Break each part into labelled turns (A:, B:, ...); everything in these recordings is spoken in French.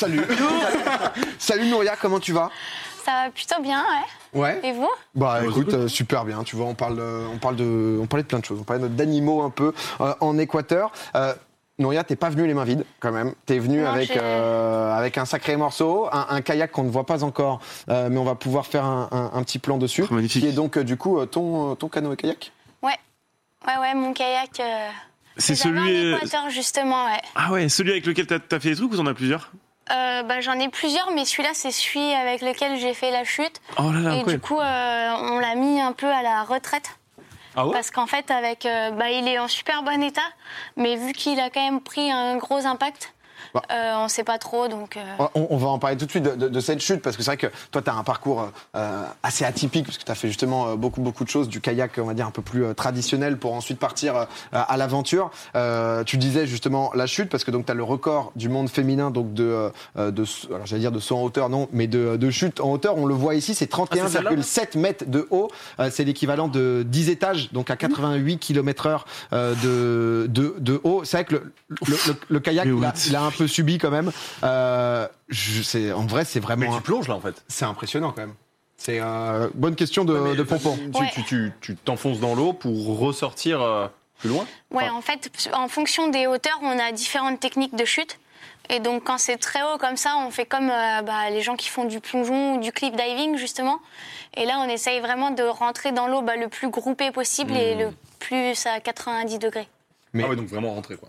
A: salue. salut Nouria, comment tu vas
B: Ça va plutôt bien, ouais.
A: Ouais.
B: Et vous
A: Bah écoute, euh, super bien, tu vois, on parle, euh, on parle de, on parlait de plein de choses, on parlait d'animaux un peu euh, en Équateur. Euh, Nouria, t'es pas venu les mains vides quand même. T'es venu
B: Non,
A: avec
B: j'ai-
A: euh, avec un sacré morceau, un, un kayak qu'on ne voit pas encore, euh, mais on va pouvoir faire un, un- un petit plan dessus.
C: Oh, magnifique.
A: Qui est donc euh, du coup euh, ton euh, ton canoë kayak.
B: Ouais, ouais, mon kayak. euh,
C: C'est
B: je l'avais
C: celui.
B: En
C: euh,
B: Équateur, justement, ouais.
C: Ah ouais, celui avec lequel t'as as fait des trucs ou t'en as plusieurs
B: Euh, bah, J'en ai plusieurs, mais celui-là, c'est celui avec lequel j'ai fait la chute.
C: Oh là là,
B: et du
C: incroyable.
B: coup, euh, on l'a mis un peu à la retraite.
C: Ah ouais
B: Parce qu'en fait, avec, euh, bah, il est en super bon état, mais vu qu'il a quand même pris un gros impact,
A: Bah.
B: euh, on sait pas trop. Donc, euh,
A: On, on va en parler tout de suite de, de- de cette chute parce que c'est vrai que toi, tu as un parcours euh, assez atypique parce que tu as fait justement euh, beaucoup, beaucoup de choses, du kayak, on va dire, un peu plus euh, traditionnel pour ensuite partir euh, à l'aventure. Euh, tu disais justement la chute parce que donc tu as le record du monde féminin, donc de, euh, de alors j'allais dire de saut en hauteur, non, mais de, de chute en hauteur. On le voit ici, c'est
C: Ah, c'est celle-là,
A: 31,7 mètres de haut. Euh, c'est l'équivalent de 10 étages, donc à 88 km/h euh, de, de, de haut. C'est vrai que le, le, le- le kayak,
C: Mais
A: il
C: what
A: a, il a un peu subi quand même. Euh, je- c'est- en vrai, c'est
D: Ah, Mais
A: vraiment.
D: tu plonges là en fait.
A: C'est impressionnant quand même. C'est euh, bonne question de,
D: Mais,
A: de
D: enfin,
A: Pompon.
D: tu-
B: Ouais.
D: tu- tu- Tu t'enfonces dans l'eau pour ressortir euh, plus loin.
B: ouais,
D: Enfin-
B: en fait, en fonction des hauteurs, on a différentes techniques de chute. Et donc, quand c'est très haut comme ça, on fait comme euh, bah, les gens qui font du plongeon ou du cliff diving, justement. Et là, on essaye vraiment de rentrer dans l'eau bah, le plus groupé possible et
A: Hmm.
B: le plus à 90 degrés.
A: Mais-
D: Ah ouais, donc vraiment rentrer quoi.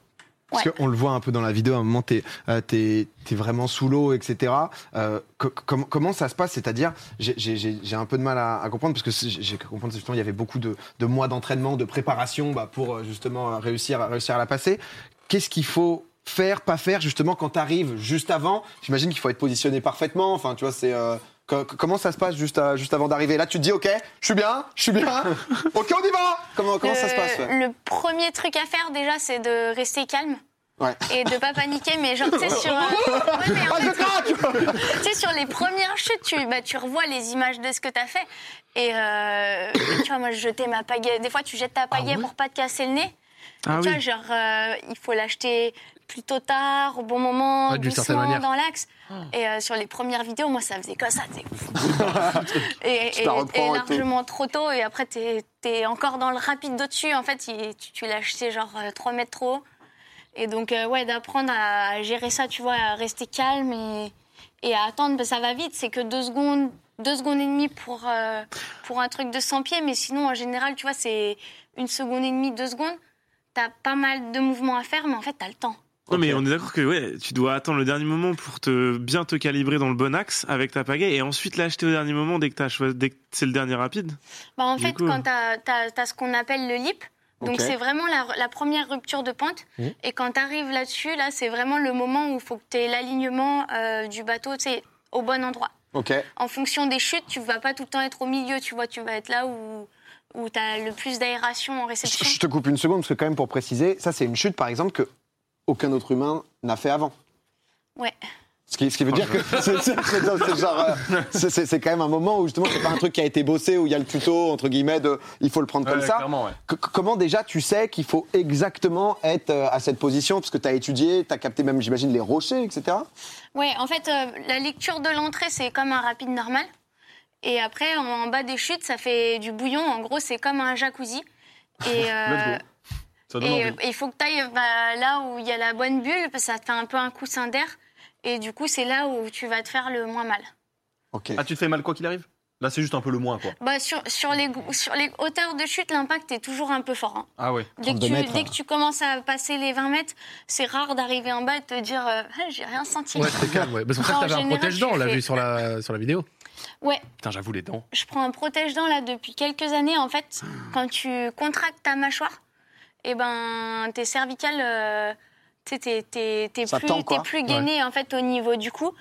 A: Parce
B: Ouais.
A: qu'on le voit un peu dans la vidéo, à un moment, t'es euh, t'es- t'es vraiment sous l'eau, etc. Euh, co- com- comment ça se passe C'est-à-dire, j'ai- j'ai j'ai- j'ai un peu de mal à, à comprendre, parce que c'est- j'ai cru comprendre, justement, il y avait beaucoup de, de mois d'entraînement, de préparation bah, pour euh, justement euh, réussir, à- réussir à la passer. Qu'est-ce qu'il faut faire, pas faire, justement, quand t'arrives juste avant J'imagine qu'il faut être positionné parfaitement. Enfin, tu vois, c'est. euh, co- co- Comment ça se passe juste, à- juste avant d'arriver Là, tu te dis, OK, je suis bien, je suis bien, OK, on y va Comment, comment ça se passe ouais
B: Le premier truc à faire, déjà, c'est de rester calme.
A: Ouais.
B: Et de pas paniquer, mais genre, tu sais, sur, euh, ouais, mais en
A: Ah, je
B: fait,
A: craque
B: tu sais, sur les premières chutes, tu, bah, tu revois les images de ce que t'as fait. Et euh, tu vois, moi, je jetais ma pagaie. Des fois, tu jettes
A: Ah
B: ta pagaie pour pas te casser le nez.
C: Ah
B: tu vois, genre, euh, il faut l'acheter plutôt tard, au bon moment,
E: Ouais, d'une certaine
B: doucement,
E: manière.
B: dans l'axe. Et euh, sur les premières vidéos, moi, ça faisait comme ça, tu sais. et,
A: Tu
B: et-
A: la reprends
B: et
A: et tout.
B: largement trop tôt. Et après, t'es es encore dans le rapide d'au-dessus. En fait, il- tu, tu l'as acheté genre 3 mètres trop haut. Et donc, euh, ouais, d'apprendre à gérer ça, tu vois, à rester calme et, et à attendre. parce que ça va vite, c'est que deux secondes, deux secondes et demie pour, euh, pour un truc de 100 pieds. Mais sinon, en général, tu vois, c'est une seconde et demie, deux secondes. T'as pas mal de mouvements à faire, mais en fait, t'as le temps.
C: Non mais on est d'accord que ouais, tu dois attendre le dernier moment pour te bien te calibrer dans le bon axe avec ta pagaie et ensuite l'acheter au dernier moment dès que t'as choisi, dès que c'est le dernier rapide.
B: Bah, en
C: Du
B: fait,
C: coup,
B: quand t'as as, ce qu'on appelle le lip, donc
A: Ok.
B: c'est vraiment la, la première rupture de pente.
A: Mhm.
B: Et quand t'arrives là-dessus, là, c'est vraiment le moment où il faut que t'aies l'alignement euh, du bateau, tu sais, au bon endroit.
A: OK.
B: En fonction des chutes, tu vas pas tout le temps être au milieu, tu vois, tu vas être là où, où t'as le plus d'aération en
A: Je
B: réception.
A: je te coupe une seconde parce que quand même pour préciser, ça c'est une chute par exemple que aucun autre humain n'a fait avant.
B: Ouais.
A: Ce qui, ce qui veut dire que c'est- c'est- c'est- c'est genre, euh, c'est- c'est c'est quand même un moment où justement c'est pas un truc qui a été bossé où il y a le tuto entre guillemets de il faut le prendre comme
D: Ouais,
A: ça.
D: Clairement, ouais.
A: C- comment déjà tu sais qu'il faut exactement être euh, à cette position parce que tu as étudié, tu as capté même j'imagine les rochers etc.
B: Ouais, en fait, euh, la lecture de l'entrée, c'est comme un rapide normal. Et après, en, en bas des chutes, ça fait du bouillon. En gros, c'est comme un jacuzzi. Et, euh,
D: Let's Ça donne
B: Et
D: envie.
B: euh, il faut que tu ailles là où il y a la bonne bulle, parce que ça te fait un peu un coussin d'air. Et du coup, c'est là où tu vas te faire le moins mal.
A: Ok.
D: Ah, tu te fais mal quoi qu'il arrive Là, c'est juste un peu le moins quoi.
B: Bah, sur, sur, les, gou- sur les hauteurs de chute, l'impact est toujours un peu fort. hein.
D: Ah ouais.
B: Dès, que
A: 32
B: tu,
A: mètres,
B: dès
A: hein.
B: que tu commences à passer les 20 mètres, c'est rare d'arriver en bas et de te dire euh, Ah, j'ai rien senti.
E: Ouais, c'était calme. Ouais. Bah, C'est pour ça
B: En
E: que t'avais un
B: général,
E: protège-dents, on
B: tu
E: l'a
B: fais-
E: vu sur la, sur la vidéo.
B: Ouais.
E: Putain, j'avoue, les dents.
B: je prends un protège-dents là depuis quelques années. En fait, quand tu contractes ta mâchoire, et ben tes cervicales, euh, tu sais, t'es, t'es- t'es
A: Ça
B: plus,
A: tend, quoi.
B: t'es plus gainé en fait au niveau du cou.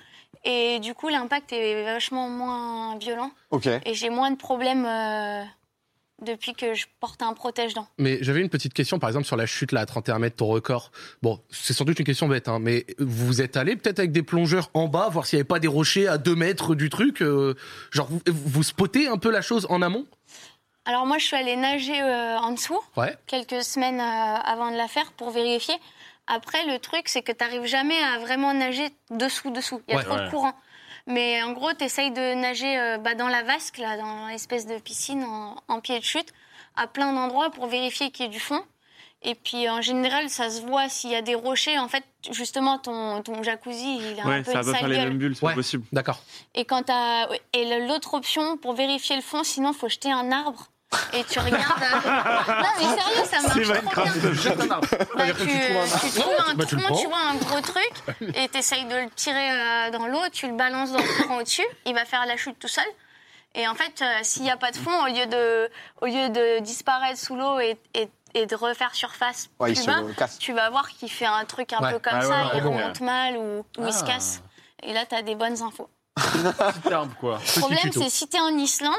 B: Et du coup, l'impact est vachement moins violent.
A: Ok.
B: Et j'ai moins de problèmes euh, depuis que je porte un protège-dents.
E: Mais j'avais une petite question, par exemple, sur la chute là à 31 mètres, ton record. Bon, c'est sans doute une question bête, hein, mais vous êtes allé peut-être avec des plongeurs en bas, voir s'il n'y avait pas des rochers à 2 mètres du truc euh, Genre, vous, vous spottez un peu la chose en amont
B: Alors moi, je suis allée nager euh, en dessous
E: Ouais.
B: quelques semaines euh, avant de la faire pour vérifier. Après, le truc, c'est que tu n'arrives jamais à vraiment nager dessous, dessous. Il y a
E: Ouais.
B: trop
D: Ouais.
B: de courant. Mais en gros, tu essayes de nager euh, bah, dans la vasque, là, dans l'espèce de piscine en, en pied de chute, à plein d'endroits pour vérifier qu'il y ait du fond. Et puis en général, ça se voit s'il y a des rochers. En fait, justement, ton, ton jacuzzi, il a un
C: Ouais,
B: peu
C: ça
B: une
C: va pas faire
B: sale
C: les
B: gueule.
C: mêmes bulles, c'est
E: Ouais.
C: pas possible.
E: D'accord.
B: Et quand t'as- et le- l'autre option pour vérifier le fond, sinon faut jeter un arbre. Et tu regardes. euh, non mais sérieux, ça
C: C'est
B: marche trop bien.
C: Minecraft.
B: Bah, tu, tu trouves un
E: Bah, tu le
B: tronc,
E: prends.
B: tu vois un gros truc, et t'essayes de le tirer euh, dans l'eau, tu le balances dans le courant au-dessus, il va faire la chute tout seul. Et en fait, euh, s'il n'y a pas de fond, au lieu de, au lieu de disparaître sous l'eau et, et- et de refaire surface
A: Ouais, il
B: plus
A: se
B: bas,
A: casse.
B: tu vas voir qu'il fait un truc un
E: Ouais.
B: peu comme
D: Ouais,
B: ça,
D: ouais, ouais,
B: il
D: rebond,
B: remonte mal ou, ou il se
D: Ah.
B: casse. Et là, t'as des bonnes infos.
D: Petit arbre, quoi.
B: Le problème,
E: tuto.
B: c'est si t'es en Islande,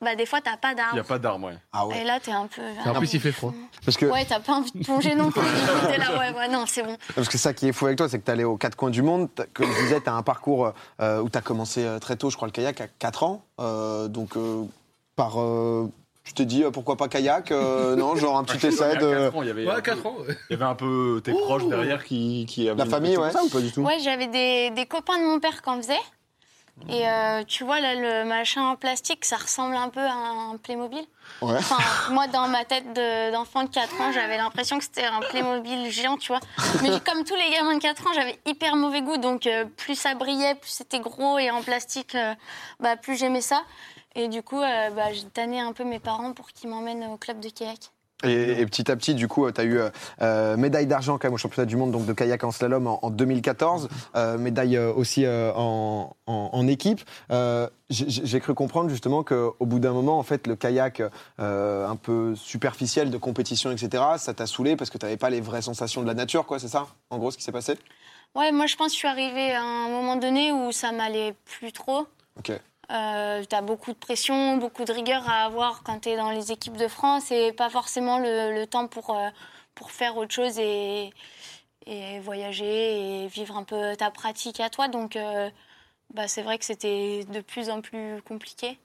B: bah des fois t'as pas
D: Il n'y a
B: d'arbre.
D: pas d'arbre, ouais.
A: Ah ouais.
B: Et là, t'es un peu.
E: Et en plus, il fait froid.
A: Parce que
B: Ouais, t'as pas envie de plonger non plus. Du coup, t'es là, ouais, ouais, non, c'est bon.
A: Parce que ça qui est fou avec toi, c'est que tu allé aux quatre coins du monde. T'as- Comme je disais, tu as un parcours euh, où tu as commencé euh, très tôt, je crois, le kayak à 4 ans. Euh, donc, euh, par. euh, tu t'es dit euh, pourquoi pas kayak euh, Non, genre un petit essai
D: Il y a
A: de.
D: quatre ans, il y avait, un
E: Ouais,
D: peu-
E: 4 ans. ouais.
D: Il y avait un peu tes proches derrière qui, qui avaient
A: La
D: une
A: famille,
D: question
A: ouais.
D: comme ça,
A: Ça ou pas du tout
B: Ouais, j'avais des, des copains de mon père qui en faisaient. Et euh, tu vois, là, le machin en plastique, ça ressemble un peu à un Playmobil.
A: Ouais.
B: Enfin, moi, dans ma tête de- d'enfant de, 4 ans, j'avais l'impression que c'était un Playmobil géant, tu vois. Mais comme tous les gamins de 4 ans, j'avais hyper mauvais goût. Donc, euh, plus ça brillait, plus c'était gros et en plastique, euh, bah, plus j'aimais ça. Et du coup, euh, bah, j'ai tanné un peu mes parents pour qu'ils m'emmènent au club de kayak.
A: Et, et petit à petit, du coup, tu as eu euh, euh, médaille d'argent quand même au championnat du monde donc de kayak en slalom en, en 2014, euh, médaille euh, aussi euh, en, en- en équipe. Euh, J'ai j'ai cru comprendre justement qu'au bout d'un moment, en fait, le kayak euh, un peu superficiel de compétition, etc., ça t'a saoulé parce que tu n'avais pas les vraies sensations de la nature, quoi, c'est ça En gros, ce qui s'est passé
B: Ouais, moi, je pense que je suis arrivée à un moment donné où ça m'allait plus trop.
A: Ok.
B: Euh, t'as beaucoup de pression, beaucoup de rigueur à avoir quand t'es dans les équipes de France et pas forcément le, le temps pour, euh, pour faire autre chose et, et voyager et vivre un peu ta pratique à toi. Donc, euh, bah, c'est vrai que c'était de plus en plus compliqué.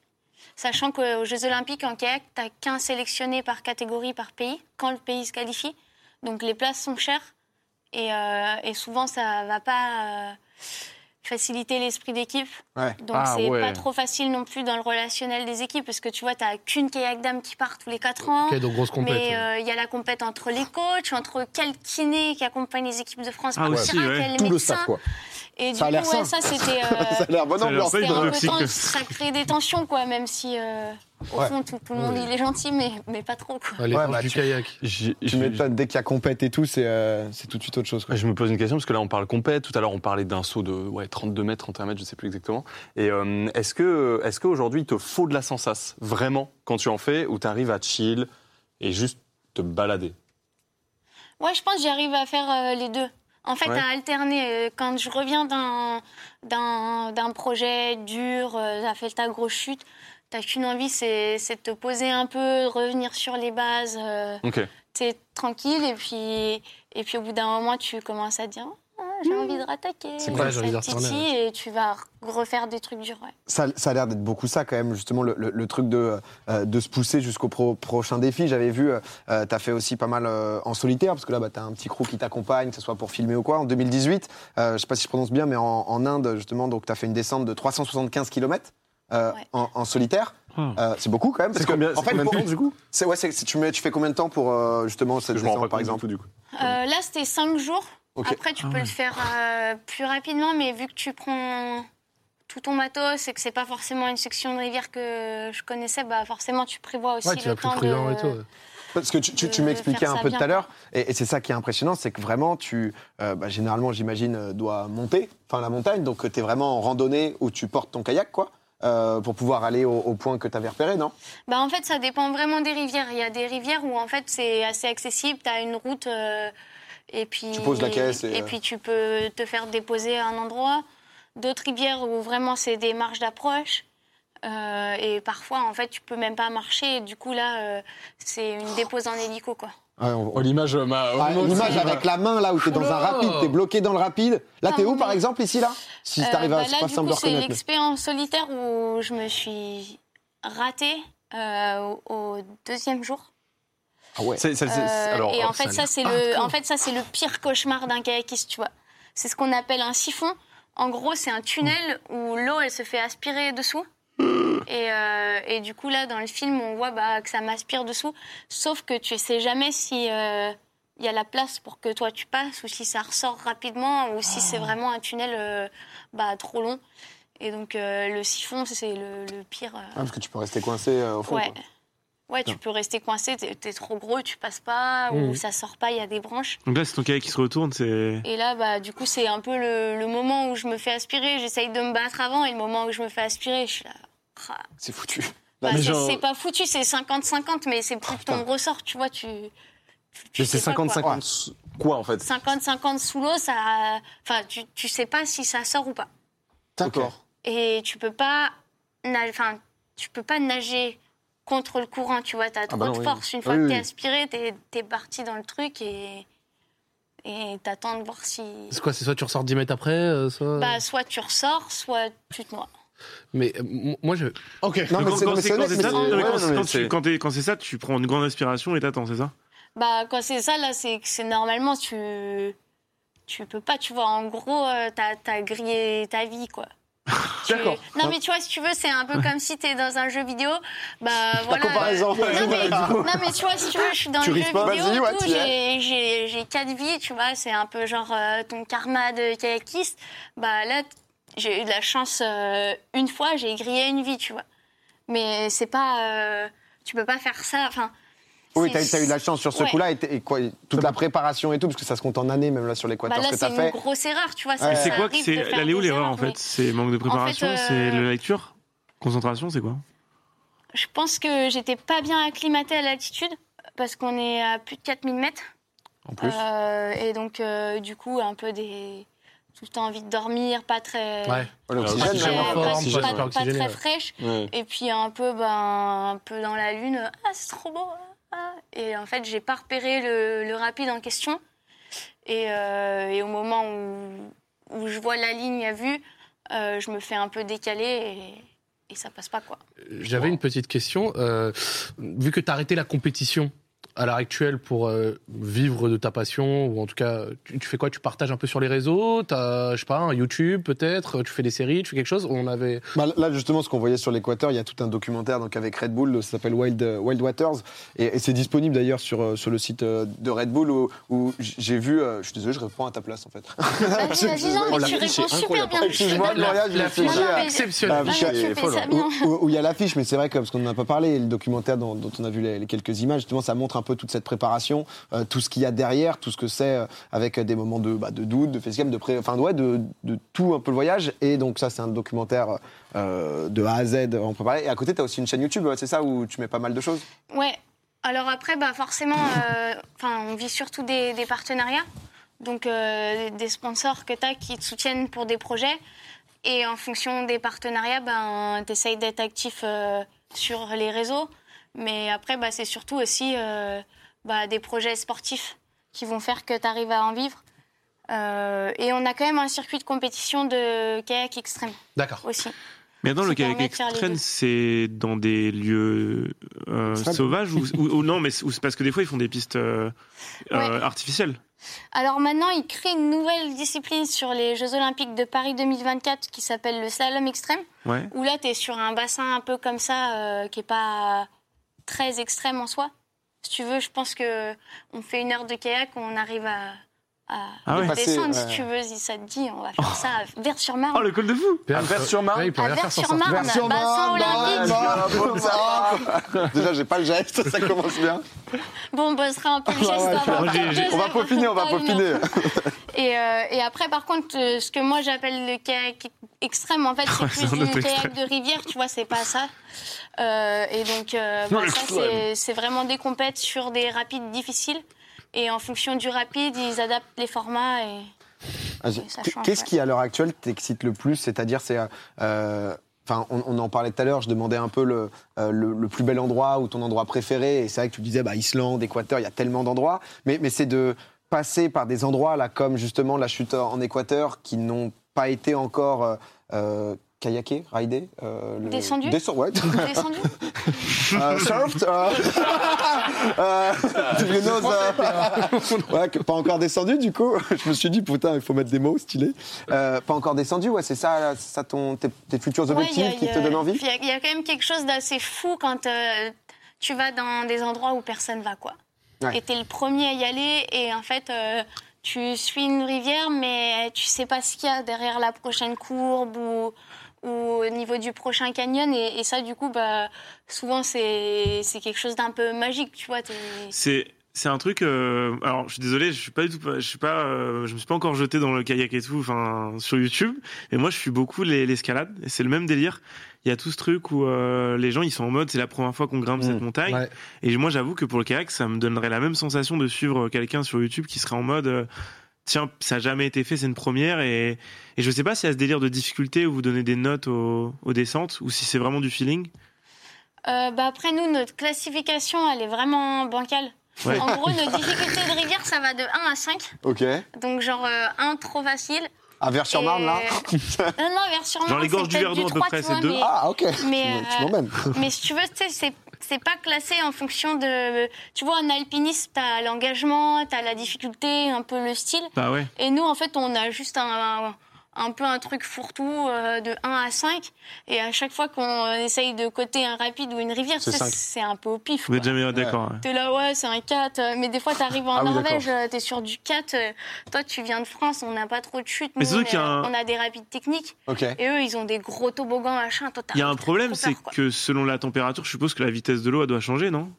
B: Sachant qu'aux Jeux Olympiques, en kayak, t'as qu'un sélectionné par catégorie, par pays, quand le pays se qualifie. Donc, les places sont chères et, euh, et souvent, ça va pas euh, faciliter l'esprit d'équipe.
A: Ouais.
B: Donc
D: Ah,
B: c'est
D: ouais.
B: pas trop facile non plus dans le relationnel des équipes parce que tu vois, t'as qu'une kayak dame qui part tous les 4 ans.
E: Ok, donc grosse compète.
B: Mais euh, il y a la compète entre les coachs, entre quel kiné qui accompagne les équipes de France
C: Ah,
B: par
C: aussi,
B: terrain,
C: ouais.
B: quel
A: Tout le
B: médecin.
A: staff, quoi.
B: Et du
A: Ça a l'air
B: coup, ouais,
A: sain.
B: ça c'était. euh,
A: ça a l'air bonne
C: Ça a l'air
A: ambiance.
C: sain.
B: c'était un peu
C: hydrotoxique.
B: tendu, ça crée des tensions, quoi, même si euh, au
A: Ouais.
B: fond tout, tout le monde il est gentil, mais, mais pas trop, quoi.
E: Ouais, les
A: Ouais,
E: planches
A: bah,
E: du
A: tu-
E: kayak.
D: J'ai-
A: Tu
D: j'ai-
A: m'étonnes, dès qu'il y a compète et tout, c'est euh, c'est tout de suite autre chose. Quoi.
D: Je me pose une question parce que là on parle compète. Tout à l'heure on parlait d'un saut de ouais, 32 mètres, 31 mètres, je sais plus exactement. Et euh, est-ce que est-ce qu'aujourd'hui il te faut de la sensace vraiment quand tu en fais ou tu arrives à chill et juste te balader
B: Ouais, je pense que j'arrive à faire euh, les deux. En fait,
D: Ouais.
B: à alterner. euh, Quand je reviens d'un- d'un d'un projet dur, euh, t'as fait ta grosse chute, t'as qu'une envie, c'est c'est de te poser un peu, de revenir sur les bases, euh,
D: Ok.
B: t'es tranquille, et puis, et puis au bout d'un moment, tu commences à te dire Ah, j'ai envie de rattaquer,
E: C'est quoi, j'ai envie de
B: cette
E: retourner,
B: titille, et tu vas refaire des trucs durs. ouais.
A: Ça, ça a l'air d'être beaucoup ça quand même, justement, le, le- le truc de, euh, de se pousser jusqu'au pro- prochain défi. J'avais vu, euh, euh, t'as fait aussi pas mal euh, en solitaire, parce que là, bah, t'as un petit crew qui t'accompagne, que ce soit pour filmer ou quoi. En 2018, euh, je sais pas si je prononce bien, mais en, en Inde, justement, donc t'as fait une descente de 375 km
B: Ouais.
A: euh, en, en solitaire.
C: Oh.
A: Euh, c'est beaucoup quand même. Parce
D: C'est
A: que,
D: combien-
A: en
D: c'est
A: fait,
D: combien de
A: pour-
D: temps, du coup
A: c'est- ouais, c'est- c'est- tu, mets- tu fais combien de temps pour euh, justement cette
D: Parce que je me rends pas
A: descente,
D: compte
A: par
D: du
A: exemple
D: tout, du coup.
B: Euh, là, c'était cinq jours.
A: Ok.
B: Après, tu
C: Ah
B: peux
C: ouais.
B: le faire euh, plus rapidement, mais vu que tu prends tout ton matos et que c'est pas forcément une section de rivière que je connaissais, bah forcément, tu prévois aussi
E: Ouais, tu
B: le
E: vas plus
B: temps
E: prudent
B: de...
E: et tout. ouais.
A: Parce que tu, tu- tu
B: de
A: m'expliquais
B: faire
A: un
B: ça
A: peu tout
B: bien,
A: à l'heure, et, et c'est ça qui est impressionnant, c'est que vraiment, tu, euh, bah, généralement, j'imagine, euh, dois monter, enfin la montagne, donc tu es vraiment en randonnée où tu portes ton kayak, quoi, euh, pour pouvoir aller au, au point que tu avais repéré, non
B: Bah en fait, ça dépend vraiment des rivières. Il y a des rivières où en fait c'est assez accessible, tu as une route euh, et puis
A: Tu poses la caisse et,
B: et,
A: euh,
B: puis tu peux te faire déposer à un endroit. D'autres rivières où vraiment c'est des marches d'approche. Euh, et parfois, en fait, tu peux même pas marcher. Et du coup, là, euh, c'est une dépose en hélico, quoi.
D: Oh, l'image euh, m'a.
A: Ah,
D: oh, non,
A: L'image
D: c'est-
A: avec la main, là, où tu es dans
E: Oula
A: un rapide, tu es bloqué dans le rapide. Là, tu es
B: Ah,
A: où,
B: oui.
A: par exemple, ici, là Si
B: Euh,
A: t'arrives à-
B: bah
A: c'est
B: là,
A: pas
B: du
A: simple de
B: coup, c'est
A: reconnaître. mais-
B: l'expérience solitaire où je me suis ratée euh, au, au deuxième jour.
D: Ah ouais. C'est- c'est- c'est-
B: Euh,
D: alors,
B: et en fait,
E: ça a
B: ça,
E: l'air
B: c'est le, en fait, ça, c'est le pire cauchemar d'un kayakiste, tu vois. C'est ce qu'on appelle un siphon. En gros, c'est un tunnel où l'eau, elle se fait aspirer dessous. Et, euh, et du coup, là, dans le film, on voit bah, que ça m'aspire dessous. Sauf que tu sais jamais si euh, il y a la place pour que toi tu passes ou si ça ressort rapidement ou si
E: Ah.
B: c'est vraiment un tunnel euh, bah, trop long. Et donc, euh, le siphon, c'est le, le pire. euh,
D: Ah, parce que tu peux rester coincé euh, au fond.
B: Ouais.
D: quoi.
B: Ouais, tu peux rester coincé, t'es t'es trop gros, tu passes pas, ou
D: Mhm.
B: ça sort pas, il y a des branches.
C: Donc là, c'est ton kayak qui se retourne, c'est.
B: Et là, bah, du coup, c'est un peu le, le moment où je me fais aspirer. J'essaye de me battre avant, et le moment où je me fais aspirer, je suis là. rah.
D: C'est foutu.
B: Bah,
D: mais
B: c'est
D: genre- Ah,
B: c'est pas foutu, c'est 50-50, mais c'est plus de ton ressort, tu vois. Tu, tu- tu
D: Mais c'est
B: sais pas, quoi.
D: 50-50 quoi en fait
B: 50-50 sous l'eau, ça. Enfin, tu, tu sais pas si ça sort ou pas.
D: D'accord.
B: Et tu peux pas. na- Enfin, tu peux pas nager contre le courant, tu vois. T'as trop
D: bah non,
B: de
D: oui.
B: force. Une fois
D: Oui,
B: que
D: oui.
B: t'es aspiré, t'es es parti dans le truc et. Et t'attends de voir si.
E: C'est quoi, c'est soit tu ressors 10 mètres après, euh, soit.
B: Bah, soit tu ressors, soit tu te noies.
E: Mais euh, m- moi, je.
A: Ok. Non,
C: Donc,
A: mais
C: quand-
A: c'est-
C: quand
A: mais
C: c'est
A: c'est
C: quand
A: honnête,
C: c'est
A: mais
C: ça-
A: c'est-
C: non, mais
D: ouais,
C: quand
D: non, mais
C: c'est- quand tu-
D: c'est-
C: quand t'es- quand c'est ça, tu prends une grande inspiration et t'attends, c'est ça
B: Bah, quand c'est ça, là, c'est que c'est normalement, tu. Tu peux pas, tu vois. En gros, euh, t'as t'as grillé ta vie, quoi. Tu-
A: D'accord.
B: Non, mais tu vois, si tu veux, c'est un peu comme si t'es dans un jeu vidéo. Bah, voilà.
D: comparaison,
B: euh,
D: ouais,
B: Non mais,
D: voilà.
B: non, mais tu vois, si tu veux, je suis dans
D: Tu
B: le jeu
D: risques pas.
B: vidéo.
D: Vas-y,
B: et
D: ouais,
B: tout,
D: tu y
B: j'ai- J'ai j'ai quatre vies, tu vois. C'est un peu genre euh, ton karma de kayakiste. Bah, là, t- j'ai eu de la chance. euh, une fois, j'ai grillé une vie, tu vois. Mais c'est pas. euh, tu peux pas faire ça. Enfin.
A: Oui,
B: c'est-
A: t'as eu- t'as eu de la chance sur ce
B: Ouais.
A: coup-là et, t'es- et quoi, et toute la préparation et tout, parce que ça se compte en années, même là sur
B: Bah,
A: l'équateur,
B: là,
A: ce que
B: c'est
A: t'as
B: une
A: fait.
B: grosse erreur, tu vois. ça-
A: Mais
C: Et c'est
B: ça
C: quoi que
B: arrive
C: c'est.
B: de faire
C: Elle est où
B: des
C: l'erreur
B: erreurs,
C: en
B: mais
C: fait C'est manque de préparation,
B: euh,
C: c'est la lecture Concentration, c'est quoi
B: Je pense que j'étais pas bien acclimatée à l'altitude parce qu'on est à plus de 4000 mètres.
D: En plus.
B: Euh, et donc, euh, du coup, un peu des. Tout le temps envie de dormir, pas très.
E: Ouais.
B: Pas,
D: L'oxygène,
B: très,
E: Oxygène en
B: pas-
E: forme,
B: pas-
E: oxygène,
B: pas-
E: ouais.
B: pas
E: oxygéné,
B: très
E: ouais.
B: fraîche.
D: Ouais.
B: Et puis un peu, ben, un peu dans la lune. Ah, c'est trop beau. ah. Et en fait, j'ai pas repéré le, le rapide en question. Et, euh, et au moment où, où je vois la ligne à vue, euh, je me fais un peu décaler et, et ça passe pas quoi.
E: J'avais une petite question. Euh, vu que tu as arrêté la compétition à l'heure actuelle pour euh, vivre de ta passion, ou en tout cas, tu, tu fais quoi Tu partages un peu sur les réseaux T'as, je sais pas, un YouTube peut-être Tu fais des séries Tu fais quelque chose On avait.
A: Bah, là, justement, ce qu'on voyait sur l'équateur, il y a tout un documentaire donc, avec Red Bull, ça s'appelle Wild, euh, Wild Waters. Et, et c'est disponible d'ailleurs sur, euh, sur le site euh, de Red Bull où, où j- j'ai vu. euh, je suis désolé, je réponds à ta place en fait.
B: Bah,
A: Ah,
B: Vas-y, vas-y, non,
D: On
B: mais
D: l'a
B: tu
D: affiché,
B: réponds super
D: incroyable.
B: bien. Je te
A: Excuse-moi,
B: donne-
A: Gloria, je l'ai fait.
E: l'affiche
B: Non,
E: est
B: non, mais-
A: Ah,
B: Non,
E: exceptionnelle.
A: Affiche,
B: mais
D: elle est
B: tu fais
D: folle,
B: ça
D: hein.
A: Où,
B: bien.
A: où- où il y a l'affiche, mais c'est vrai que parce qu'on n'en a pas parlé, et le documentaire dont, dont on a vu les, les quelques images, justement, ça montre un peu toute cette préparation, euh, tout ce qu'il y a derrière, tout ce que c'est euh, avec des moments de, bah, de doute, de facecam, de pré, enfin ouais, de, de tout un peu le voyage. Et donc ça, c'est un documentaire euh, de A à Z en préparé. Et à côté, tu as aussi une chaîne YouTube, euh, c'est ça où tu mets pas mal de choses.
B: Ouais. Alors après, bah forcément, euh, 'fin, on vit surtout des, des partenariats, donc euh, des sponsors que tu as qui te soutiennent pour des projets. Et en fonction des partenariats, ben, tu essayes d'être actif euh, sur les réseaux. Mais après, bah, c'est surtout aussi euh, bah, des projets sportifs qui vont faire que tu arrives à en vivre. Euh, et on a quand même un circuit de compétition de kayak extrême
E: D'accord.
B: aussi.
C: Mais attends,
B: Ça
C: le kayak
B: permet de faire les
C: extrême,
B: deux.
C: c'est dans des lieux euh,
A: Sales.
C: sauvages ou, ou- ou non Mais c'est ou c'est parce que des fois, ils font des pistes euh, euh,
B: Ouais.
C: artificielles.
B: Alors maintenant, il crée une nouvelle discipline sur les Jeux Olympiques de Paris 2024 qui s'appelle le slalom extrême,
C: Ouais.
B: où là, tu es sur un bassin un peu comme ça, euh, qui est pas très extrême en soi. Si tu veux, je pense que on fait une heure de kayak, on arrive à, à
C: Ah ouais.
A: Passer,
B: descendre.
A: ouais.
B: Si tu veux, si ça te dit, on va faire ça à Vers-sur-Marne.
C: Oh, le col de fou
D: À Vers-sur-Marne.
E: Ouais, il peut
B: À
E: rien faire sans ça.
B: Vers-sur-Marne, Bah, bassin olympique.
A: Déjà, j'ai pas le geste, ça commence bien.
B: Bon, on bossera un peu le
A: Ouais,
B: geste.
A: ouais,
B: on va
C: Oh j'ai-
B: faire
C: j'ai-
B: deux
A: On va
B: heures,
A: peaufiner, on va
B: pas une heure.
A: peaufiner.
B: Et, euh, et après, par contre, euh, ce que moi j'appelle le kayak extrême, en fait, c'est
C: Ouais, c'est
B: plus du
C: un autre
B: kayak
C: extrême.
B: de rivière, tu vois, c'est pas ça. Euh, et donc, euh, bah, ça, c'est- c'est vraiment des compètes sur des rapides difficiles. Et en fonction du rapide, ils adaptent les formats. Et...
A: Ah, j'ai-
B: Et ça
A: Qu'est-
B: change,
A: Qu'est-ce
B: ouais.
A: qui, à l'heure actuelle, t'excite le plus C'est-à-dire, c'est. euh, euh, Enfin, on, on en parlait tout à l'heure, je demandais un peu le, euh, le, le plus bel endroit ou ton endroit préféré. Et c'est vrai que tu disais, bah, Islande, Équateur, il y a tellement d'endroits. Mais, mais c'est de passer par des endroits, là, comme justement la chute en Équateur, qui n'ont pas été encore euh, euh, kayaké, ridé. euh, le-
B: Descendu
A: Descend- ouais.
B: Descendu
A: Euh, surfed. euh, euh, you know the- Ouais, que- pas encore descendu, du coup. Je me suis dit, putain, il faut mettre des mots stylés. Euh, pas encore descendu, ouais, c'est ça, là, c'est ça ton, tes, tes futurs
B: Ouais,
A: objectifs
B: y a-
A: qui
B: y a-
A: te donnent envie
B: puis y a- Il y, a quand même quelque chose d'assez fou quand euh, tu vas dans des endroits où personne va, quoi.
A: Ouais.
B: Et t'es le premier à y aller, et en fait, euh, tu suis une rivière, mais tu sais pas ce qu'il y a derrière la prochaine courbe ou, ou au niveau du prochain canyon, et, et ça, du coup, bah, souvent, c'est c'est quelque chose d'un peu magique, tu vois. t'es-
C: C'est c'est un truc. euh, alors, je suis désolé, je suis pas du tout. pas- Je suis pas. euh, je me suis pas encore jeté dans le kayak et tout. Enfin, sur YouTube. Mais moi, je suis beaucoup les- l'escalade. et c'est le même délire. Il y a tout ce truc où euh, les gens ils sont en mode c'est la première fois qu'on grimpe
D: Mmh,
C: cette montagne.
E: ouais.
C: Et moi, j'avoue que pour le kayak, ça me donnerait la même sensation de suivre quelqu'un sur YouTube qui serait en mode. euh, Tiens, ça n'a jamais été fait, c'est une première. Et, et je sais pas s'il y a ce délire de difficulté où vous donnez des notes aux, aux descentes ou si c'est vraiment du feeling.
B: Euh, bah, après, nous, notre classification, elle est vraiment bancale.
C: Ouais.
B: En gros, nos difficultés de rivière, ça va de 1 à 5.
A: Ok.
B: Donc genre euh, un trop facile.
A: À Vers-sur-Marne, là
B: là Non, non, vers sur Marne.
C: Genre les gorges du Verdon, à peu près, c'est deux.
B: Mais,
A: Ah, ok.
B: mais,
A: tu
B: euh,
A: m'emmènes.
B: mais si tu veux, tu sais, c'est. C'est pas classé en fonction de. Tu vois, en alpinisme, t'as l'engagement, t'as la difficulté, un peu le style.
C: Bah ouais.
B: Et nous, en fait, on a juste un, un peu un truc fourre-tout euh, de 1 à 5. Et à chaque fois qu'on essaye de coter un rapide ou une rivière,
D: C'est
B: tu sais,
D: cinq.
B: c'est un peu au pif.
C: Vous
B: quoi.
C: êtes jamais d'accord. ouais.
B: T'es là, ouais, c'est un 4. euh, Mais des fois, t'arrives en
D: Ah oui,
B: Norvège, euh, t'es sur du 4. euh, Toi, tu viens de France, on n'a pas trop de chutes.
C: Mais
B: nous,
C: c'est
B: on,
C: vrai qu'il y a
B: est-
C: un-
B: on a des rapides techniques.
A: Ok.
B: Et eux, ils ont des gros toboggans, machin. Toi,
C: Il y a un
B: t'arrives,
C: problème,
B: t'as trop
C: c'est
B: peur, quoi.
C: que selon la température, je suppose que la vitesse de l'eau elle doit changer, non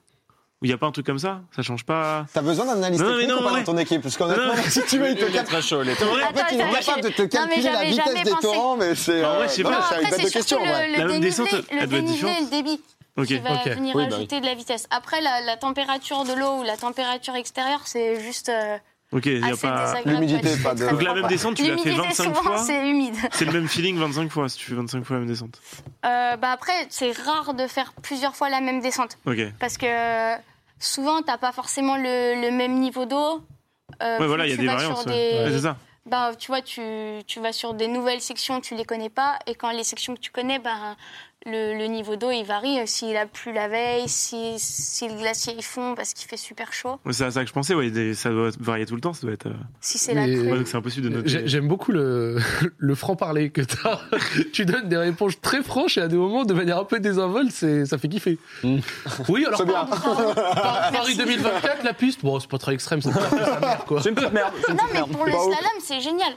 C: Ou il n'y a pas un truc comme ça Ça change pas
A: T'as besoin d'un analyste
C: Non, mais
A: technique
C: non,
A: ou pas
C: ouais.
A: dans ton équipe Parce qu'en honnêtement,
C: Non, non.
A: si tu veux, il te
D: Il est
A: capte.
D: très chaud, il est très-
A: En fait, ils
B: Attends,
A: sont capables de te
B: j'ai- non, mais
A: calculer la
B: j'avais
A: vitesse
B: jamais
A: des
B: pensé.
A: torrents, mais c'est.
C: Ah ouais,
A: euh,
C: je sais
A: non, mais
C: pas.
B: Non,
A: c'est une
B: après,
A: bête
B: c'est
A: de
B: surtout
A: question,
B: le,
A: ouais.
B: le
C: La même
B: dénivelé,
C: descente, elle
B: le
C: doit être
B: dénivelé et le
C: différente.
B: débit
C: Ok.
B: qui va
E: Ok.
B: venir
D: Oui, bah
B: ajouter de la vitesse. Après, la, la température de l'eau ou la température extérieure, c'est juste euh,
C: Ok, il y a
B: assez
C: pas.
B: désagréable.
A: L'humidité,
B: quoi, tu fais
A: pas de-
B: très
C: Donc la
B: froid,
C: même
B: quoi.
C: descente, tu l'as fait
B: L'humidité,
C: 25
B: souvent,
C: fois.
B: c'est humide.
C: C'est le même feeling 25 fois si tu fais 25 fois la même descente.
B: Euh, bah après, c'est rare de faire plusieurs fois la même descente.
C: Ok.
B: parce que euh, souvent t'as pas forcément le, le même niveau d'eau. Euh,
C: Ouais, voilà, il y a
B: tu
C: des
B: vas
C: variances.
B: sur
C: ouais.
B: des-
C: Ouais, c'est ça.
B: bah, tu vois, tu, tu vas sur des nouvelles sections, tu les connais pas, et quand les sections que tu connais, ben le, le niveau d'eau il varie. euh, S'il a plu la veille, si, si le glacier il fond parce qu'il fait super chaud,
C: Ouais, C'est à ça que je pensais, ouais, des- ça doit varier tout le temps, ça doit être. euh,
B: si c'est
E: Mais-
B: la crue.
C: ouais, donc c'est impossible de
E: Euh, J'ai-
C: noter.
E: J'aime beaucoup le, le franc-parler que t'as. tu donnes des réponses très franches et à des moments de manière un peu désinvolte, c'est- ça fait kiffer.
D: Mm.
E: Oui, alors
A: C'est bien.
E: Par- Paris 2024, la piste, bon, c'est pas très extrême, c'est pas sa mère, quoi.
D: C'est une petite merde. c'est une
B: Non,
D: petite
B: mais
D: merde.
B: pour le
A: Bah, ok.
B: slalom, c'est génial.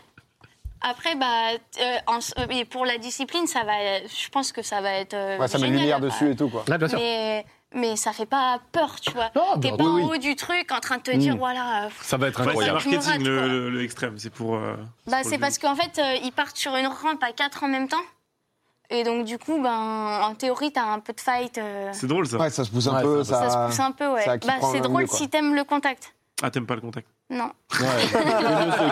B: Après, bah, t- euh, en s- euh, et pour la discipline, ça va, euh, je pense que ça va être. euh,
A: Ouais, ça met
B: génial,
A: une lumière
B: bah,
A: dessus et tout, quoi.
E: Ouais, bien sûr.
B: mais, mais ça fait pas peur, tu vois.
E: Non,
B: T'es
E: bah,
B: pas
E: oui,
B: en
E: oui.
B: haut du truc en train de te dire,
D: Mm.
B: voilà. euh,
D: Ça va être
C: Ouais, c'est le
D: incroyable.
B: Tu me
C: marketing,
B: rates,
C: le,
B: quoi.
C: le- le extrême, c'est pour. euh,
B: Bah,
C: pour
B: c'est
C: le-
B: parce qu'en fait, euh, ils partent sur une rampe à quatre en même temps. Et donc, du coup, ben, en théorie, t'as un peu de fight. euh,
C: C'est drôle ça.
A: Ouais, ça se pousse un
D: Ouais,
A: peu,
D: ça
B: ça
A: ça.
B: se pousse un peu, ouais.
A: ça qui
B: Bah,
A: prend
B: c'est
A: le mieux,
B: drôle
A: quoi.
B: si t'aimes le contact.
C: Ah, t'aimes pas le contact.
B: Non.
D: Ouais.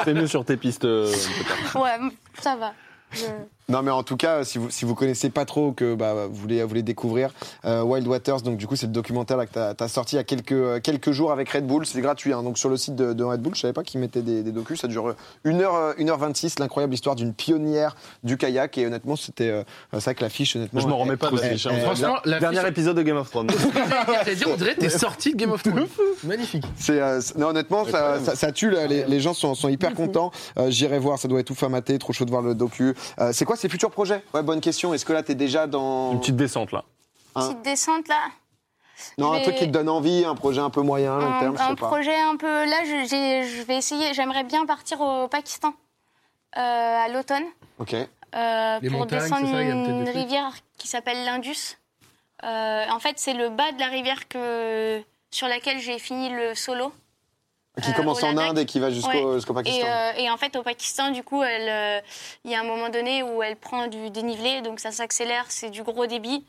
D: T'es mieux sur tes pistes. euh, peut-être.
B: Ouais, ça va. Je-
A: Non, mais en tout cas, si vous si vous connaissez pas trop, que bah, vous voulez vous voulez découvrir euh, Wild Waters, donc du coup c'est le documentaire là, que t'as as sorti il y a quelques euh, quelques jours avec Red Bull, c'est gratuit. hein. donc sur le site de, de Red Bull, je savais pas qu'ils mettaient des, des docus. Ça dure 1 heure euh, 1 heure 26 l'incroyable histoire d'une pionnière du kayak. Et honnêtement, c'était euh, c'est vrai que l'affiche, honnêtement.
D: Je m'en remets pas de
A: elle-
D: l'affiche, hein.
A: elle- elle-
E: Franchement, la
D: Dernier
E: fiche-
D: épisode de Game of Thrones.
E: J'allais dire, on dirait que t'es sorti de Game of Thrones. Magnifique.
A: C'est, euh, c'est- non, honnêtement,
D: Ouais, quand
A: ça,
D: même.
A: ça- ça tue. là. Les, les gens sont, sont hyper contents. Euh, J'irai voir, ça doit être tout formaté. Trop chaud de voir le docu. Euh, c'est quoi ses futurs projets Ouais, bonne question. Est-ce que là, t'es déjà dans.
D: Une petite descente là.
A: Hein.
B: Petite descente, là.
A: Non, un
B: mais-
A: truc qui te donne envie, un projet un peu moyen, long
B: un,
A: terme, je
B: un
A: sais pas.
B: projet un peu. Là, je, j'ai- je vais essayer. J'aimerais bien partir au Pakistan euh, à l'automne
A: Ok.
B: euh,
E: Les
B: pour
E: montagnes,
B: descendre
E: c'est ça, il y a peut-être des
B: une
E: trucs.
B: rivière qui s'appelle l'Indus. Euh, en fait, c'est le bas de la rivière que sur laquelle j'ai fini le solo.
A: Qui
B: Euh,
A: commence
B: au
A: en
B: Ladakh.
A: Inde et qui va jusqu'au, jusqu'au
B: Et,
A: Pakistan.
B: euh, et en fait, au Pakistan, du coup, elle, euh, il y a un moment donné où elle prend du dénivelé, donc ça s'accélère, c'est du gros débit.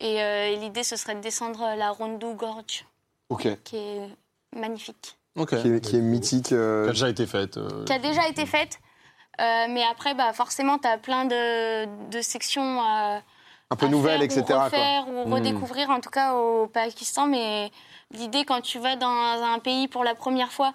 B: Et, euh, et l'idée, ce serait de descendre la Rondu Gorge,
A: Ok.
B: qui est magnifique.
D: Ok.
A: Qui est, qui est mythique. euh,
D: Qui a déjà été faite. euh,
B: qui a déjà été faite. Euh, mais après, bah, forcément, tu as plein de, de sections à,
A: un peu
B: à
A: nouvelle,
B: faire,
A: etc.
B: ou
A: quoi. Hmm.
B: refaire ou redécouvrir, en tout cas au Pakistan. Mais l'idée, quand tu vas dans un pays pour la première fois,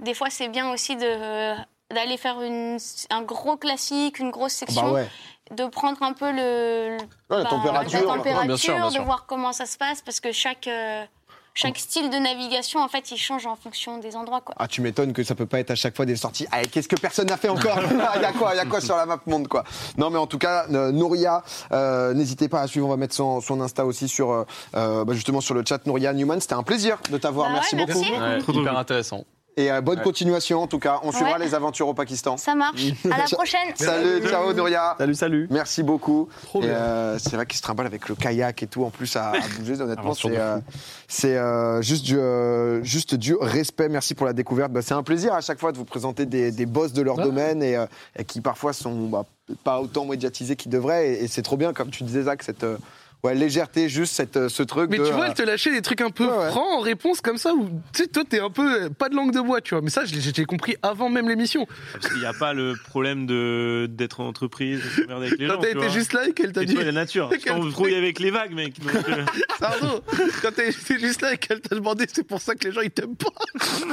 B: des fois, c'est bien aussi de euh, d'aller faire une, un gros classique, une grosse section,
F: Bah ouais.
B: de prendre un peu le, le-
A: Ouais, Ah la
B: bah,
A: température.
B: la
A: là.
B: température,
D: Ouais, bien sûr, bien sûr.
B: de voir comment ça se passe, parce que chaque, euh, chaque style de navigation, en fait, il change en fonction des endroits. Quoi.
F: Ah, tu m'étonnes que ça peut pas être à chaque fois des sorties.
A: Allez, qu'est-ce que personne n'a fait encore Il y a quoi Il y a quoi sur la map monde quoi Non, mais en tout cas, euh, Nouria, euh, n'hésitez pas à suivre. On va mettre son, son Insta aussi sur euh, euh, bah, justement sur le chat Nouria Newman. C'était un plaisir de t'avoir.
B: Bah
A: merci
B: ouais,
A: beaucoup
B: merci.
D: Ouais,
C: Trop
D: hyper
C: drôle.
D: intéressant.
A: et euh, bonne
D: Ouais.
A: continuation en tout cas. On suivra
B: Ouais.
A: les aventures au Pakistan.
B: Ça marche. À la prochaine.
A: Salut, ciao Nouria.
D: Salut, salut.
A: Merci beaucoup.
E: Trop
A: Et,
E: bien.
A: euh, c'est vrai qu'il se trimballe avec le kayak et tout en plus à, à bouger. Honnêtement,
D: Aventure
A: c'est
D: de
A: euh, c'est, euh, juste, du, euh, juste du respect. Merci pour la découverte. Bah, c'est un plaisir à chaque fois de vous présenter des, des boss de leur
E: Ouais.
A: domaine et, euh, et qui parfois sont bah, pas autant médiatisés qu'ils devraient. Et, et c'est trop bien, comme tu disais, Zach, cette euh, ouais, légèreté, juste cette, euh, ce truc.
E: Mais
A: de,
E: tu vois,
A: euh,
E: elle te lâchait des trucs un peu
A: Ouais, ouais.
E: francs en réponse comme ça, où tu sais, toi, t'es un peu euh, pas de langue de bois, tu vois. Mais ça, je l'ai- j'ai compris avant même l'émission.
C: Parce qu'il n'y a pas le problème de- d'être en entreprise, de se merder avec les
E: Quand
C: gens.
E: t'as
C: tu vois.
E: été juste là et qu'elle t'a
C: Et
E: dit.
C: tu vois, la nature. Parce qu'on brouille avec les vagues, mec. Donc, euh,
E: Pardon, quand t'as été juste là et qu'elle t'a demandé, c'est pour ça que les gens ils t'aiment pas.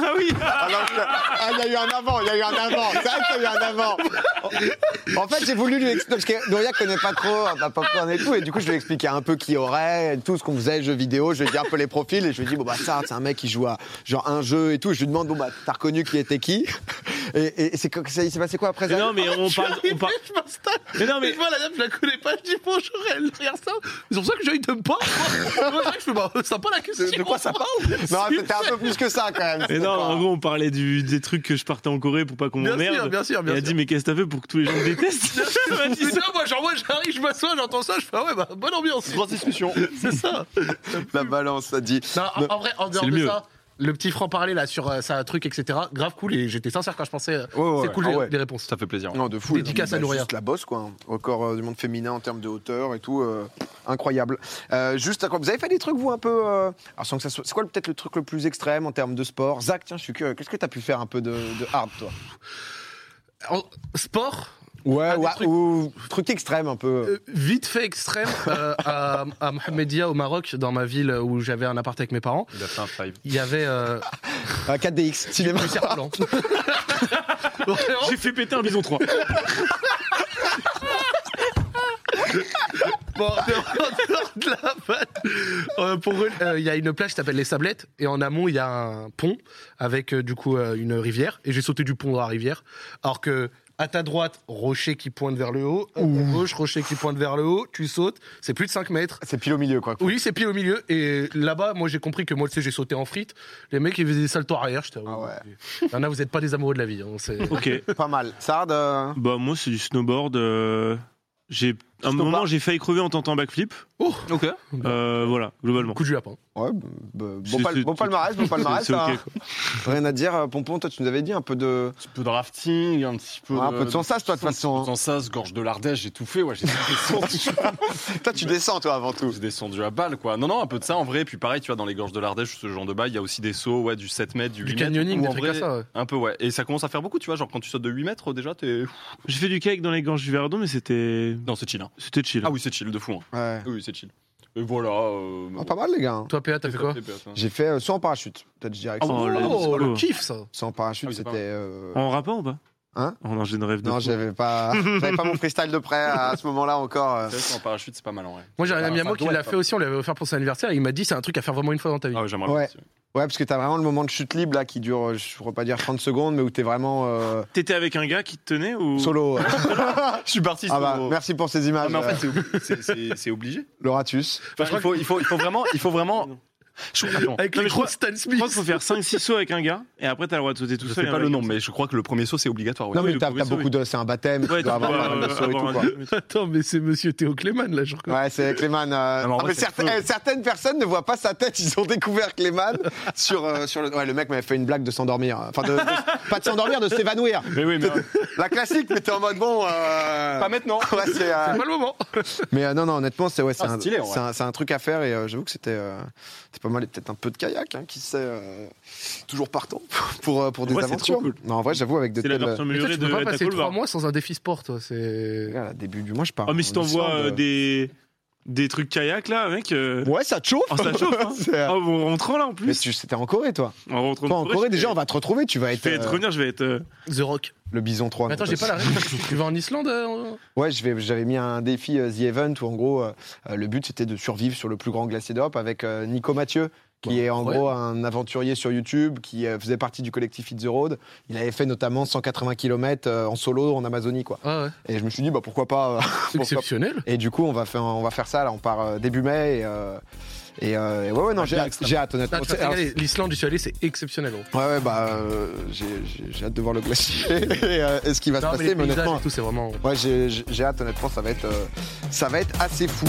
C: Ah oui
A: Ah, non, je- ah, il y a eu un avant, il y a eu un avant. C'est vrai qu'il y a eu un avant. En fait, j'ai voulu lui expliquer, parce que Doria connaît pas trop la popcorn et tout, et du coup, je lui ai expliqué un peu qui aurait, tout ce qu'on faisait, jeux vidéo, je lui ai dit un peu les profils, et je lui ai dit, bon, bah, ça, c'est un mec qui joue à genre un jeu et tout, et je lui demande, bon, bah, t'as reconnu qui était qui Et, et, et c'est quoi- ça- il s'est passé quoi après
C: Mais
A: ça
C: non, mais on
E: Je suis
C: parle.
E: arrivé,
C: on parle-
E: je m'installe.
C: Mais non,
E: Mais
C: mais
E: je vois la dame, je la connais pas, je dis bonjour, elle regarde ça. C'est pour ça que les gens ils t'aiment pas. Moi, je fais, bah, sympa la question.
A: De quoi ça parle Non, c'était un peu plus que ça, quand même.
C: Mais non, en gros, on parlait du, des trucs que je partais en Corée pour pas qu'on
E: Bien sûr,
C: m'emmerde.
E: bien sûr,
C: Et
E: bien
C: elle a
E: sûr.
C: dit, mais qu'est-ce que t'as fait pour que tous les gens te détestent Ouais,
E: Mais ça, moi, genre, moi, j'arrive, je m'assois, j'entends ça, je fais, ah ouais, bah, bonne ambiance. Grosse discussion. C'est ça.
A: La balance, ça dit.
E: Non, en, en vrai, en dehors
C: C'est
E: de
C: le mieux.
E: ça, le petit franc-parler là sur euh, sa truc, etc., grave cool. Et j'étais sincère quand je pensais. euh,
A: Ouais, ouais,
E: c'est
A: ouais.
E: cool
A: Ah
E: les,
A: ouais.
E: les réponses.
D: Ça fait plaisir.
A: Non, de fou.
E: Hein. Dédicace
A: Bah,
E: à Nouria.
A: Juste la bosse, quoi. Record euh, du monde féminin en termes de hauteur et tout. euh, incroyable. Euh, juste à quoi Vous avez fait des trucs, vous, un peu. euh, alors, sans que ça soit. C'est quoi peut-être le truc le plus extrême en termes de sport Zach, tiens, je suis curieux. Qu'est-ce que t'as pu faire un peu de, de hard, toi
E: En- sport,
A: Ouais,
E: Ah, des
A: ouais,
E: trucs-
A: ou truc extrême un peu.
E: euh, vite fait extrême, euh, à, à Mohamedia au Maroc, dans ma ville où j'avais un appart avec mes parents,
D: Il a fait un five.
E: il y avait euh,
A: Euh, 4DX, cinéma.
E: le cerf-volant. Vraiment,
C: J'ai fait péter un bison 3.
E: Bon, en dehors de la vanne, euh, pour eux, euh, il y a une plage qui s'appelle les Sablettes et en amont il y a un pont avec euh, du coup euh, une rivière et j'ai sauté du pont dans la rivière alors que à ta droite rocher qui pointe vers le haut, à ta gauche rocher qui pointe vers le haut, tu sautes, c'est plus de 5 mètres.
A: C'est pile au milieu, quoi.
E: Oui, c'est pile au milieu et là-bas moi j'ai compris que moi tu sais j'ai sauté en frite, les mecs ils faisaient des saltos arrière, j'étais
A: Ah ouais.
E: Il y en a, vous n'êtes pas des amoureux de la vie, hein, c'est-
C: Ok.
A: Pas mal. Sard, euh,
C: Bah, moi, c'est du snowboard. euh, J'ai. À un
A: Snowboard.
C: moment, j'ai failli crever en tentant backflip.
E: Oh,
D: Ok.
C: Euh, voilà, globalement.
E: coup hein. du lapin.
A: ouais, b- b- bon,
C: C'est-
A: pal-
C: c'est-
A: bon palmarès, bon palmarès.
C: c'est ok,
A: ça. Rien à dire. Euh, Pompon, toi, tu nous avais dit un peu de.
D: Un petit peu de rafting, un petit peu.
A: Ouais, Ah, un peu de
E: euh,
A: sensage, toi, de toute façon. hein.
D: Sans ça, gorge de l'Ardèche, j'ai tout fait. Ouais, j'ai descendu.
A: Toi, tu descends, toi, avant tout.
D: J'ai descendu à balle, quoi. Non, non, un peu de ça en vrai. Puis pareil, tu vois, dans les gorges de l'Ardèche, ce genre de bail, il y a aussi des sauts, ouais, du 7 mètres, du 8
E: Du
D: mètres,
E: canyoning,
D: où
E: des
D: en
E: trucs
D: vrai,
E: comme ça, ouais.
D: Un peu, ouais. Et ça commence à faire beaucoup, tu vois. Genre, quand tu sautes de 8 mètres, déjà, t'es.
C: J'ai fait du cake dans les gorges du Verdon, mais c'était.
D: Non, c'est chill. hein.
C: C'était chill.
D: Ah oui, c'est chill de fou. hein.
A: Ouais.
D: Oui, c'est chill. Et voilà. euh,
A: Ah, pas mal, les gars. hein.
E: Toi PA, t'as fait quoi
A: J'ai fait euh, saut en parachute, peut-être je dirais. que
C: Ah
A: ça.
C: ouais.
E: Oh,
C: le-
E: le kiff ça.
A: Saut en parachute,
D: Ah oui, c'est
A: c'était.
D: pas
A: euh,
D: mal.
C: En rapport ou pas
A: Hein
C: Oh non, j'ai une rêve de.
A: Non,
C: fou.
A: j'avais pas, j'avais pas mon freestyle de près à ce moment-là encore. euh.
D: C'est vrai qu'en parachute, c'est pas mal en vrai.
E: Moi j'ai un
D: Ah,
E: ami à
D: ça
E: moi qui
D: doit
E: l'a
D: être
E: fait
D: pas
E: aussi, on l'avait offert pour son anniversaire, et il m'a dit c'est un truc à faire vraiment une fois dans ta vie.
D: Ah ouais, j'aimerais
A: Ouais.
D: bien aussi,
A: Ouais, parce que t'as vraiment le moment de chute libre là qui dure, euh, je pourrais pas dire 30 secondes, mais où t'es vraiment euh,
C: T'étais avec un gars qui te tenait ou
A: solo.
D: Je suis parti
A: ah
D: sur-
A: bah, merci pour ces images,
D: Ah, mais en
A: euh,
D: fait, c'est obli- c'est- c'est- c'est obligé.
A: Loratus.
D: Enfin, il, faut, il, faut, il faut vraiment. Il faut vraiment... Je crois,
E: Avec
C: Non,
E: les
C: mais je
E: gros
C: crois-
E: Stan
C: Je
E: Smith.
C: pense qu'il faut faire 5-6 sauts avec un gars et après t'as le droit de sauter tout
D: je
C: seul.
D: sais
C: et
D: pas
C: un
D: le
C: gars
D: nom,
C: qui-
D: mais je crois que le premier saut, c'est obligatoire. ouais.
A: Non, mais
C: le
A: t'as
C: premier
A: t'as
C: saut,
A: beaucoup
C: oui.
A: de. C'est un baptême, tu dois
C: Ouais, t'as
A: avoir
C: pas,
A: pas mal de
C: euh,
A: sauts et
C: avoir
A: tout
C: un
A: quoi.
C: rythme et tout.
E: Attends, mais c'est monsieur Théo Cléman là, je crois.
A: Ouais, c'est Cléman. euh,
D: Non, mais
A: ah,
D: en
A: mais
D: vrai, c'est
A: certes- eh, certaines personnes ne voient pas sa tête. Ils ont découvert Cléman sur, euh, sur le. Ouais, le mec m'avait fait une blague de s'endormir. euh, Enfin, de- de- pas de s'endormir, de s'évanouir.
D: Mais oui, mais.
A: La classique, mais t'es en mode bon. euh,
D: Pas maintenant.
A: Ouais, c'est, euh,
E: C'est Ah, pas le moment.
A: Mais euh, non, non, honnêtement, c'est ouais, c'est
D: Ah,
A: un,
D: stylé, en vrai.
A: c'est un- c'est un truc à faire et euh, j'avoue que c'était euh, c'était pas mal et peut-être un peu de kayak, hein, qui sait, euh, toujours partant pour, euh, pour des
C: Ouais, c'est trop
A: aventures.
C: cool.
A: Non, en vrai, j'avoue, avec des
C: C'est la
A: tels. euh,
C: version
E: Mais toi,
C: améliorée
E: tu
C: de
E: peux pas
C: la
E: passer
C: Cool
E: trois mois sans un défi sport, toi. C'est. euh,
A: regarde, euh, début du mois, je pars.
C: Oh, mais
A: en
C: si t'envoies
A: Islande,
C: euh, des. des trucs kayak là, mec. euh,
A: Ouais, ça te chauffe.
C: Oh, ça te chauffe, hein.
A: C'est- euh,
C: ah, en rentrant là en
A: Mais
C: plus.
A: tu c'était en Corée, toi.
C: En rentrant
A: Toi, en
C: de Corée,
A: Corée,
C: je
A: déjà,
C: vais-
A: on va te retrouver. Tu vas
C: Je
A: être
C: vais être
A: euh,
C: revenir, je vais être. euh,
E: The Rock.
A: le bison euh, 3.
E: Mais attends,
A: mon
E: j'ai
A: pote.
E: pas la règle. tu vas en Islande euh,
A: Ouais, je vais- j'avais mis un défi euh, The Event où en gros euh, euh, le but c'était de survivre sur le plus grand glacier d'Europe avec euh, Nico Mathieu qui
E: Bah,
A: est en
E: incroyable.
A: gros un aventurier sur YouTube qui euh, faisait partie du collectif Hit the Road. Il avait fait notamment 180 km euh, en solo en Amazonie quoi.
E: Ah ouais.
A: Et je me suis dit bah pourquoi pas. euh,
E: C'est exceptionnel.
A: Et du coup on va faire on va faire ça là. On part euh, début mai et, euh, et, euh, et ouais ouais non j'ai hâte j'ai hâte honnêtement.
E: Ah, tu vas te
A: C'est- alors,
E: régaler. L'Islande, j'y suis allé, c'est exceptionnel. Gros.
A: Ouais ouais bah euh, j'ai j'ai- j'ai hâte de voir le glacier et, euh, et ce qui va se
E: Non,
A: passer mais
E: paysages
A: honnêtement
E: et tout, c'est vraiment.
A: Ouais, j'ai j'ai- j'ai hâte, honnêtement, ça va être, euh, ça va être assez fou.